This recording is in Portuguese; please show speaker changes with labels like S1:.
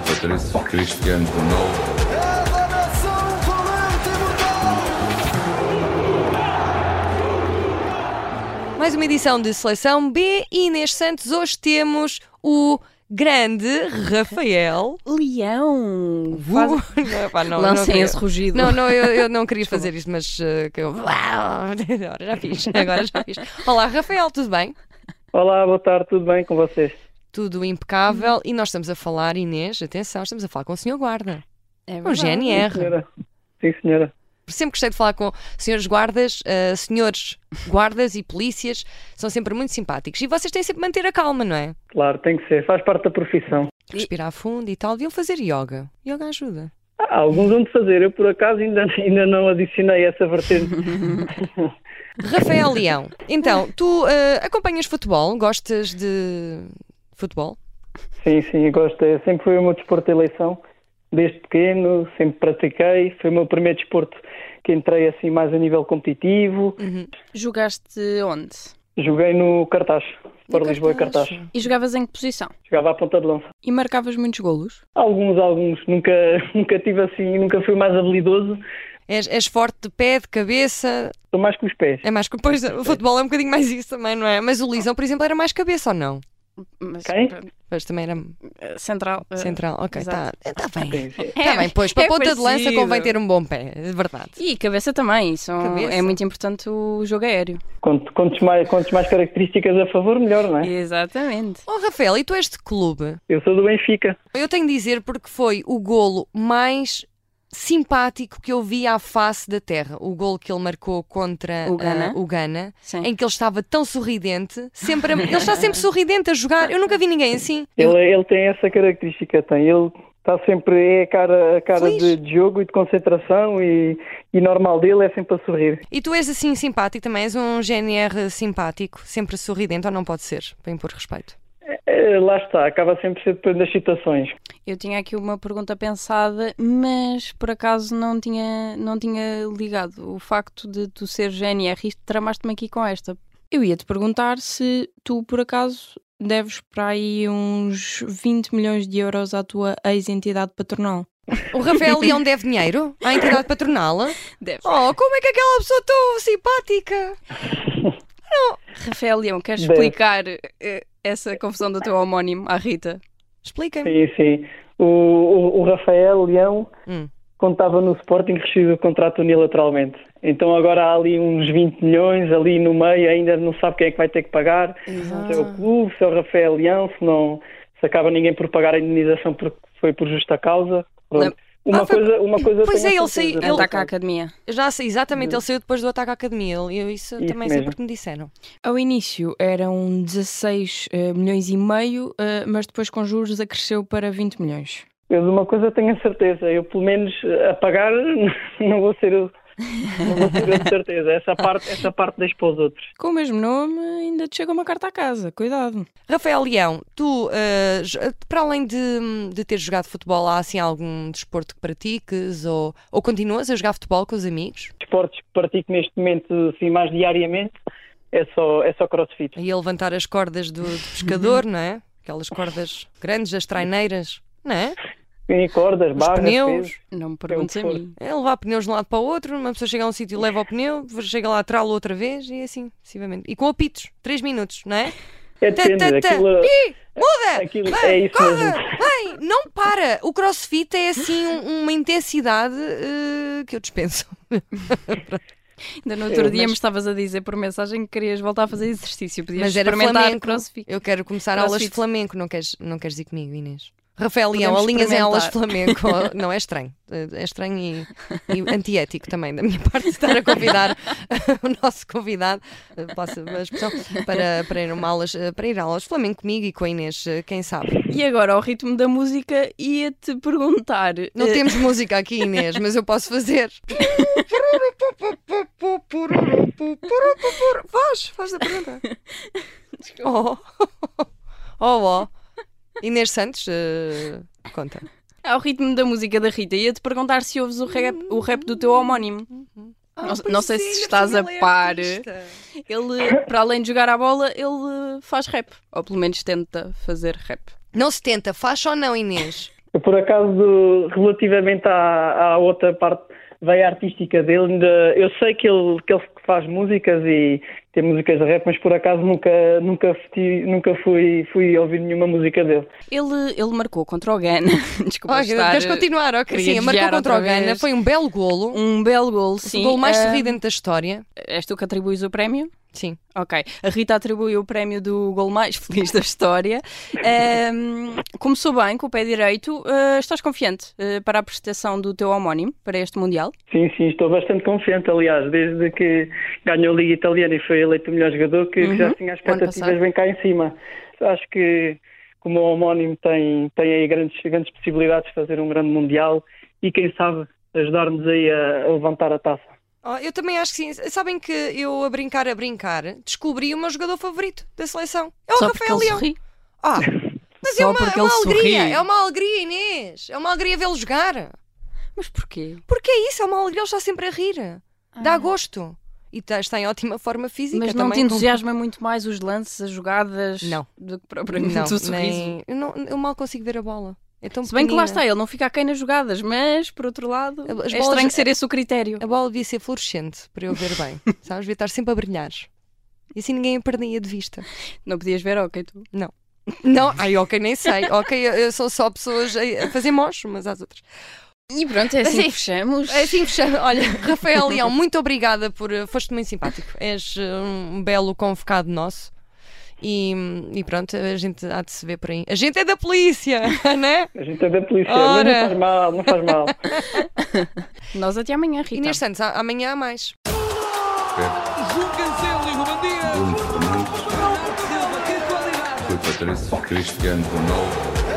S1: Patrice Cristiano Ronaldo.
S2: Mais uma edição de Seleção B e Inês Santos. Hoje temos o grande Rafael.
S3: Leão!
S2: Faz... Não, epá, não, não
S3: Lancem
S2: queria-
S3: esse rugido.
S2: Não, não, eu, eu não queria fazer isto, mas eh, que eu. Agora já fiz, agora já fiz. Olá, Rafael, tudo bem?
S4: Olá, boa tarde, tudo bem com vocês?
S2: Tudo impecável. E nós estamos a falar, Inês, atenção, estamos a falar com o senhor guarda, Um
S3: É
S2: com o
S3: verdade.
S2: GNR.
S4: Senhora? Sim, senhora.
S2: Sempre gostei de falar com senhores guardas, eh, senhores guardas e polícias, são sempre muito simpáticos. E vocês têm sempre de manter a calma, não é?
S4: Claro, tem que ser, faz parte da profissão.
S2: Respirar fundo e tal. Deviam fazer yoga. Yoga ajuda.
S4: Há alguns onde fazer, eu por acaso ainda, ainda não adicionei essa vertente.
S2: Rafael Leão, então, tu eh, acompanhas futebol? Gostas de futebol?
S4: Sim, sim, eu gosto, é- sempre foi o meu desporto de eleição. Desde pequeno, sempre pratiquei, foi o meu primeiro desporto que entrei assim mais a nível competitivo.
S3: Jogaste onde?
S4: Joguei no cartaz, para Lisboa cartaz.
S3: E jogavas em que posição?
S4: Jogava à ponta de lança.
S3: E marcavas muitos golos?
S4: Alguns, alguns, nunca, nunca tive assim, nunca fui mais habilidoso,
S2: És, és forte de pé, de cabeça,
S4: estou mais com os pés.
S2: é mais que pois, o futebol é um bocadinho mais isso também, não é? Mas o Lisão, por exemplo, era mais cabeça ou não?
S3: Mas,
S4: Quem?
S2: Pois também era
S3: eh, Central. eh,
S2: central, ok, está
S3: exato.
S2: tá bem.
S4: Sim, sim.
S2: Está bem, pois, para
S3: é
S2: ponta de lança
S3: parecido.
S2: convém ter um bom pé, é verdade.
S3: E cabeça também. Isso
S2: Cabeça.
S3: É muito importante o jogo aéreo.
S4: Quanto, quantos mais, quantos mais características a favor, melhor, não é?
S3: Exatamente.
S2: Oh, Rafael, e tu és de clube?
S4: Eu sou do Benfica.
S2: Eu tenho de dizer porque foi o golo mais simpático que eu vi à face da terra. O golo que ele marcou contra
S3: O Ghana?
S2: ah, o Ghana,
S3: Sim.
S2: em que ele estava tão sorridente, sempre a- ele está sempre sorridente a jogar. Eu nunca vi ninguém assim.
S4: Ele, ele tem essa característica, tem. Ele está sempre é a cara, a cara
S2: Feliz.
S4: de, de jogo e de concentração e, e normal dele é sempre a sorrir.
S2: E tu és assim simpático também, és um GNR simpático, sempre sorridente, ou não pode ser, para impor respeito.
S4: Eh, Lá está, acaba sempre sempre dependendo das situações.
S3: Eu tinha aqui uma pergunta pensada, mas por acaso não tinha, não tinha ligado o facto de tu ser GNR e tramaste-me aqui com esta. Eu ia te perguntar se tu por acaso deves para aí uns 20 milhões de euros à tua ex-entidade patronal.
S2: O Rafael Leão deve dinheiro à entidade patronal?
S3: Deves.
S2: Oh, como é que aquela pessoa tão simpática?
S3: Rafael Leão, queres
S4: Deve.
S3: explicar eh, essa confusão do teu homónimo à Rita?
S2: Explica-me.
S4: Sim, sim. O, o, o Rafael Leão,
S2: Hum.
S4: Então é
S2: Ah, foi-
S4: coisa, uma coisa
S2: Pois
S4: tenho
S2: é,
S4: a
S2: ele saiu-
S4: certeza.
S2: Ele-
S3: Ataca a tá academia.
S2: Já sei, exatamente, ele saiu depois do ataque à academia. Ele- Eu, isso,
S4: Isso
S2: também sei
S4: mesmo.
S2: porque me disseram.
S5: Ao início eram 16 eh, milhões e meio, eh, mas depois com juros acresceu para 20 milhões.
S4: Eu de uma coisa tenho a certeza, eu pelo menos eh, a pagar não vou ser eu. Não vou ser eu de certeza. Essa parte, essa parte deixo para os outros.
S5: Com o mesmo nome, ainda te chega uma carta à casa, cuidado.
S2: Rafael Leão, tu, eh, jo- para além de, de ter jogado futebol, há assim algum desporto que pratiques ou, ou continuas a jogar futebol com os amigos?
S4: Esportes que pratico neste momento assim, mais diariamente é só, é só crossfit.
S2: Aí a levantar as cordas do, do pescador, não é? Aquelas cordas grandes, as traineiras, não é?
S4: Em cordas,
S2: Os
S4: barras,
S2: pneus.
S4: pesos.
S3: Não me perguntes a
S4: Eu
S3: mim.
S2: É levar pneus de um lado para o outro, uma pessoa chega a um sítio e leva o pneu, chega lá, trá-lo outra vez e assim, sucessivamente. E com apitos, 3 minutos, não é?
S4: É
S2: Tã, tã,
S4: depende,
S2: tã.
S4: aquilo,
S2: Pi, tá. muda!
S4: aquilo-
S2: Vai,
S4: é isso
S2: corre!
S4: mesmo.
S2: Vai! Não para! O crossfit é assim um- uma intensidade eh, que eu dispenso.
S3: Ainda no outro
S4: Eu,
S3: dia
S4: mas-
S3: me estavas a dizer por mensagem que querias voltar a fazer exercício. Podias
S2: Mas era
S3: experimentar
S2: flamenco.
S3: crossfit.
S2: Eu quero começar
S3: Crossfit.
S2: aulas de flamenco, não queres, não queres ir comigo, Inês? Rafael Leão,
S3: Podemos
S2: alinhas em aulas de
S3: experimentar.
S2: flamenco. Não, é estranho. É estranho e, e antiético também, da minha parte, estar a convidar o nosso convidado, eh, passa a expressão, para, para, ir a uma aulas, eh, para ir a aulas de flamenco comigo e com a Inês, eh, quem sabe.
S3: E agora, ao ritmo da música, ia-te perguntar.
S2: Não
S3: eh,
S2: temos música aqui, Inês, mas eu posso fazer. Faz, faz a pergunta. Oh, oh, oh. Inês Santos, eh, conta.
S3: Ao ritmo da música da Rita, ia-te perguntar se ouves o rap, o rap do teu homónimo. Ah, Não, não sei se estás a par. Ele, para além de jogar à bola, ele faz rap. Ou pelo menos tenta fazer rap.
S2: Não se tenta, faz ou não, Inês?
S4: Eu, por acaso, relativamente à, à outra parte, veia artística dele, ainda- eu sei que ele, que ele faz músicas e tem músicas de rap, mas por acaso nunca, nunca, fui, nunca fui, fui ouvir nenhuma música dele.
S3: Ele, ele marcou contra o Ghana. Desculpa,
S2: Oh,
S3: estar...
S2: queres continuar? Ok,
S3: eh, queria
S2: sim, marcou
S3: desviar
S2: contra o
S3: outra
S2: Gana,
S3: vez.
S2: foi um belo golo.
S3: Um belo gol,
S2: o
S3: sim.
S2: golo mais
S3: Ah,
S2: sorridente da história.
S3: És tu que atribuis o prémio?
S2: Sim.
S3: Ok. A Rita atribuiu o prémio do gol mais feliz da história. Ahm, começou bem com o pé direito. Ah, estás confiante ah, para a prestação do teu homónimo para este Mundial?
S4: Sim, sim, estou bastante confiante, aliás, desde que ganhou a Liga Italiana e foi eleito o melhor jogador, que que já tinha as
S2: Uhum. ano
S4: expectativas
S2: passado.
S4: bem cá em cima. Acho que, como o homónimo, tem, tem aí grandes, grandes possibilidades de fazer um grande Mundial e, quem sabe, ajudar-nos aí a, a levantar a taça.
S2: Oh, eu também acho que sim. Sabem que eu, a brincar, a brincar, descobri o meu jogador favorito da seleção. É o
S3: Só porque
S2: Rafael
S3: ele
S2: Leão.
S3: sorri.
S2: Ah, mas é
S3: Só
S2: uma, é
S3: porque
S2: uma
S3: ele
S2: alegria,
S3: sorri.
S2: é uma alegria, Inês. É uma alegria vê-lo jogar.
S3: Mas porquê?
S2: Porque é isso, é uma alegria, ele está sempre a rir. Dá gosto. E tá- está em ótima forma física
S3: Mas não te
S2: também.
S3: entusiasma muito mais os lances, as jogadas
S2: Não.
S3: do que propriamente
S2: Não,
S3: o sorriso?
S2: nem- eu, não- eu mal consigo ver a bola. É tão
S3: Se bem que lá
S2: pequenina.
S3: está, ele não fica aquém nas jogadas, mas por outro lado,
S2: As bolas-
S3: é estranho ser esse o critério.
S2: A bola devia ser fluorescente para eu ver bem. Sabes? Devia estar sempre a brilhar. E assim ninguém a perdia de vista.
S3: Não podias ver, ok, tu.
S2: Não, ai, ok, nem sei. Ok, eu, eu sou só pessoas a a fazer mocho umas às outras.
S3: E pronto, é assim
S2: Sim.
S3: que fechamos.
S2: É Assim fechando. Olha, Rafael Leão, muito obrigada por. eh, Foste muito simpático. És eh, um belo convocado nosso. E, e pronto, a gente há de se ver por aí. A gente é da polícia, né?
S4: A gente é da polícia, mas
S2: Ora.
S4: não faz mal, não faz mal.
S3: Nós até amanhã, Rita.
S2: Inês Santos, a- amanhã há mais.
S1: Bruno Fernandes, Rui Patrício, Cristiano Ronaldo,